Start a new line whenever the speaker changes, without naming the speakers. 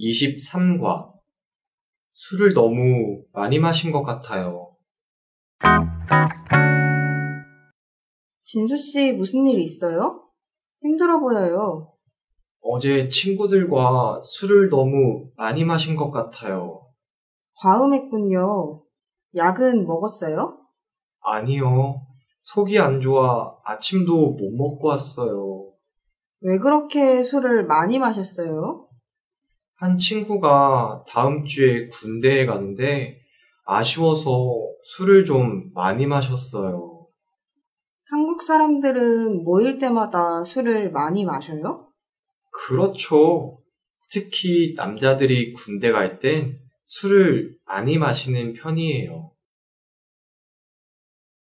23과 술을 너무 많이 마신 것 같아요.
진수 씨 무슨 일 있어요? 힘들어 보여요.
어제 친구들과 술을 너무 많이 마신 것 같아요.
과음했군요. 약은 먹었어요?
아니요. 속이 안 좋아 아침도 못 먹고 왔어요.
왜 그렇게 술을 많이 마셨어요?
한 친구가 다음 주에 군대에 가는데 아쉬워서 술을 좀 많이 마셨어요.
한국 사람들은 모일 때마다 술을 많이 마셔요?
그렇죠. 특히 남자들이 군대 갈 땐 술을 많이 마시는 편이에요.